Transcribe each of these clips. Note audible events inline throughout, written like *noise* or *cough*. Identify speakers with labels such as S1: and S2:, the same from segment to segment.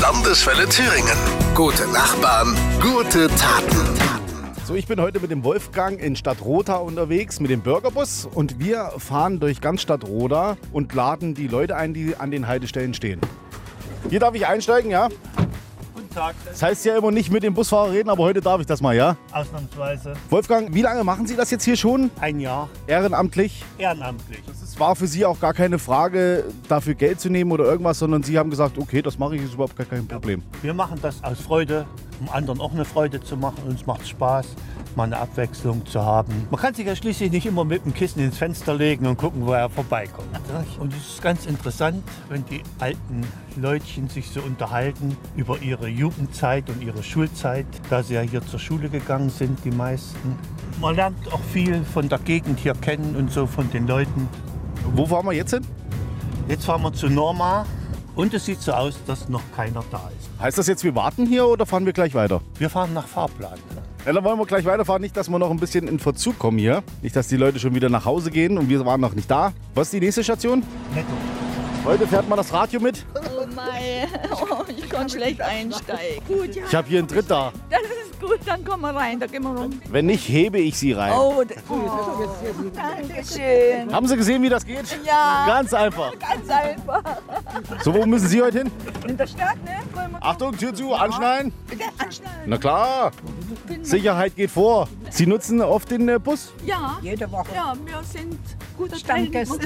S1: Landeswelle Thüringen. Gute Nachbarn, gute Taten.
S2: So, ich bin heute mit dem Wolfgang in Stadt Rotha unterwegs mit dem Bürgerbus und wir fahren durch ganz Stadt Rotha und laden die Leute ein, die an den Haltestellen stehen. Hier darf ich einsteigen, ja?
S3: Guten Tag,
S2: Das heißt ja immer nicht mit dem Busfahrer reden, aber heute darf ich das mal, ja?
S3: ausnahmsweise
S2: Wolfgang, wie lange machen Sie das jetzt hier schon?
S3: ein Jahr
S2: Ehrenamtlich?
S3: ehrenamtlich.
S2: Es war für Sie auch gar keine Frage, dafür Geld zu nehmen oder irgendwas, sondern Sie haben gesagt, okay, das mache ich, ist überhaupt gar kein Problem.
S3: Wir machen das aus Freude, um anderen auch eine Freude zu machen. Uns macht Spaß, mal eine Abwechslung zu haben. Man kann sich ja schließlich nicht immer mit dem Kissen ins Fenster legen und gucken, wo er vorbeikommt. Und es ist ganz interessant, wenn die alten Leutchen sich so unterhalten über ihre Jugendzeit und ihre Schulzeit, da sie ja hier zur Schule gegangen sind, die meisten. Man lernt auch viel von der Gegend hier kennen und so von den Leuten.
S2: Wo fahren wir jetzt hin?
S3: Jetzt fahren wir zu Norma und es sieht so aus, dass noch keiner da ist.
S2: Heißt das jetzt, wir warten hier oder fahren wir gleich weiter?
S3: Wir fahren nach Fahrplan. ne?
S2: Ja, dann wollen wir gleich weiterfahren. Nicht, dass wir noch ein bisschen in Verzug kommen hier. Nicht, dass die Leute schon wieder nach Hause gehen und wir waren noch nicht da. Was ist die nächste Station?
S3: Netto.
S2: Heute fährt man das Radio mit.
S4: Oh mein, oh, *laughs* ich kann schlecht einsteigen. Gut, ja,
S2: Ich habe hier einen Tritt da.
S4: das ist gut, dann kommen wir rein, da gehen wir rum.
S2: Wenn nicht, hebe ich sie rein.
S4: Oh, das- oh danke schön.
S2: Haben Sie gesehen, wie das geht?
S4: Ja.
S2: Ganz einfach.
S4: Ganz einfach.
S2: So, wo müssen Sie heute hin?
S4: In der Stadt, ne? Wollen wir
S2: Achtung, Tür zu, anschneiden.
S4: bitte anschneiden?
S2: Na klar. Sicherheit geht vor. Sie nutzen oft den äh, Bus.
S4: Ja,
S5: Jede Woche.
S4: ja, wir sind guter
S5: Stammgäste.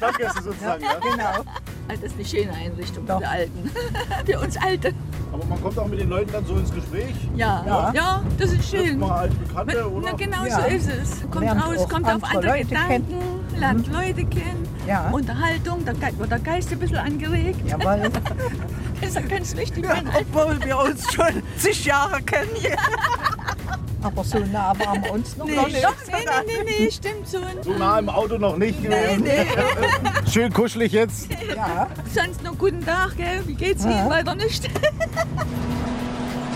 S2: Danke, sozusagen. Ja.
S5: Genau.
S4: Das ist eine schöne Einrichtung
S5: Doch.
S4: für Alten. *laughs* Für uns Alten.
S2: Aber man kommt auch mit den Leuten dann so ins Gespräch.
S4: Ja, ja,
S5: Ja.
S4: das ist schön.
S2: halt Bekannte,
S4: Na, genau
S5: Ja.
S4: so ist es. Kommt
S5: Lernt
S4: raus,
S5: auch
S4: kommt auf
S5: andere
S4: andere Mhm.
S5: Leute
S4: Gedanken, lernt Leute kennen.
S5: Ja.
S4: Unterhaltung, da ge- wird der Geist ein bisschen angeregt.
S5: Jawohl.
S4: Das ist ja ganz wichtig. *laughs* mein Alter.
S5: Obwohl wir uns schon zig Jahre kennen. Aber so nah waren wir uns noch
S4: Nee,
S5: nicht.
S4: doch, nee, nee, nee, nee, stimmt so.
S2: So nah im Auto noch nicht gewesen. *laughs* Schön kuschelig jetzt.
S5: Ja.
S4: Sonst nur guten Tag, gell? Wie geht's Ihnen? Weiter nicht.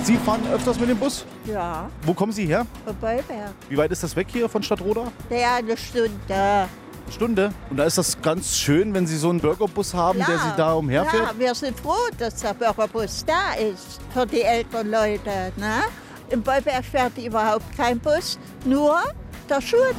S2: Sie fahren öfters mit dem Bus?
S6: Ja,
S2: Wo kommen Sie her?
S6: Vorbeiberg.
S2: Wie weit ist das weg hier von Stadtroda?
S6: Ja, eine Stunde.
S2: Stunde. Und da ist das ganz schön, wenn Sie so einen Bürgerbus haben, Hm, der Sie da umherfährt.
S6: Ja, wir sind froh, dass der Bürgerbus da ist für die älteren Leute. Ne? In Bollberg fährt überhaupt kein Bus, nur der Schulbus.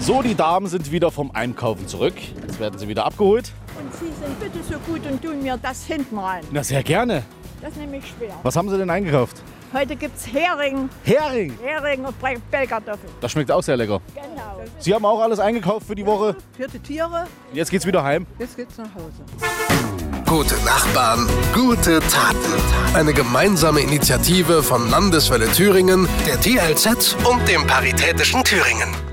S2: So, die Damen sind wieder vom Einkaufen zurück. Jetzt werden sie wieder abgeholt.
S7: Und Sie sind bitte so gut und tun mir das hinten rein.
S2: Na, sehr gerne.
S7: Das nehme ich schwer.
S2: Was haben Sie denn eingekauft?
S7: Heute gibt es Hering,
S2: Hering.
S7: Hering und Bre- Pellkartoffeln.
S2: Das schmeckt auch sehr lecker.
S7: Genau.
S2: Sie haben auch alles eingekauft für die Woche.
S5: Vierte Tiere,
S2: Jetzt geht's wieder heim.
S5: jetzt geht's nach Hause.
S1: Gute Nachbarn, gute Taten. Eine gemeinsame Initiative von Landeswelle Thüringen, der TLZ und dem Paritätischen Thüringen.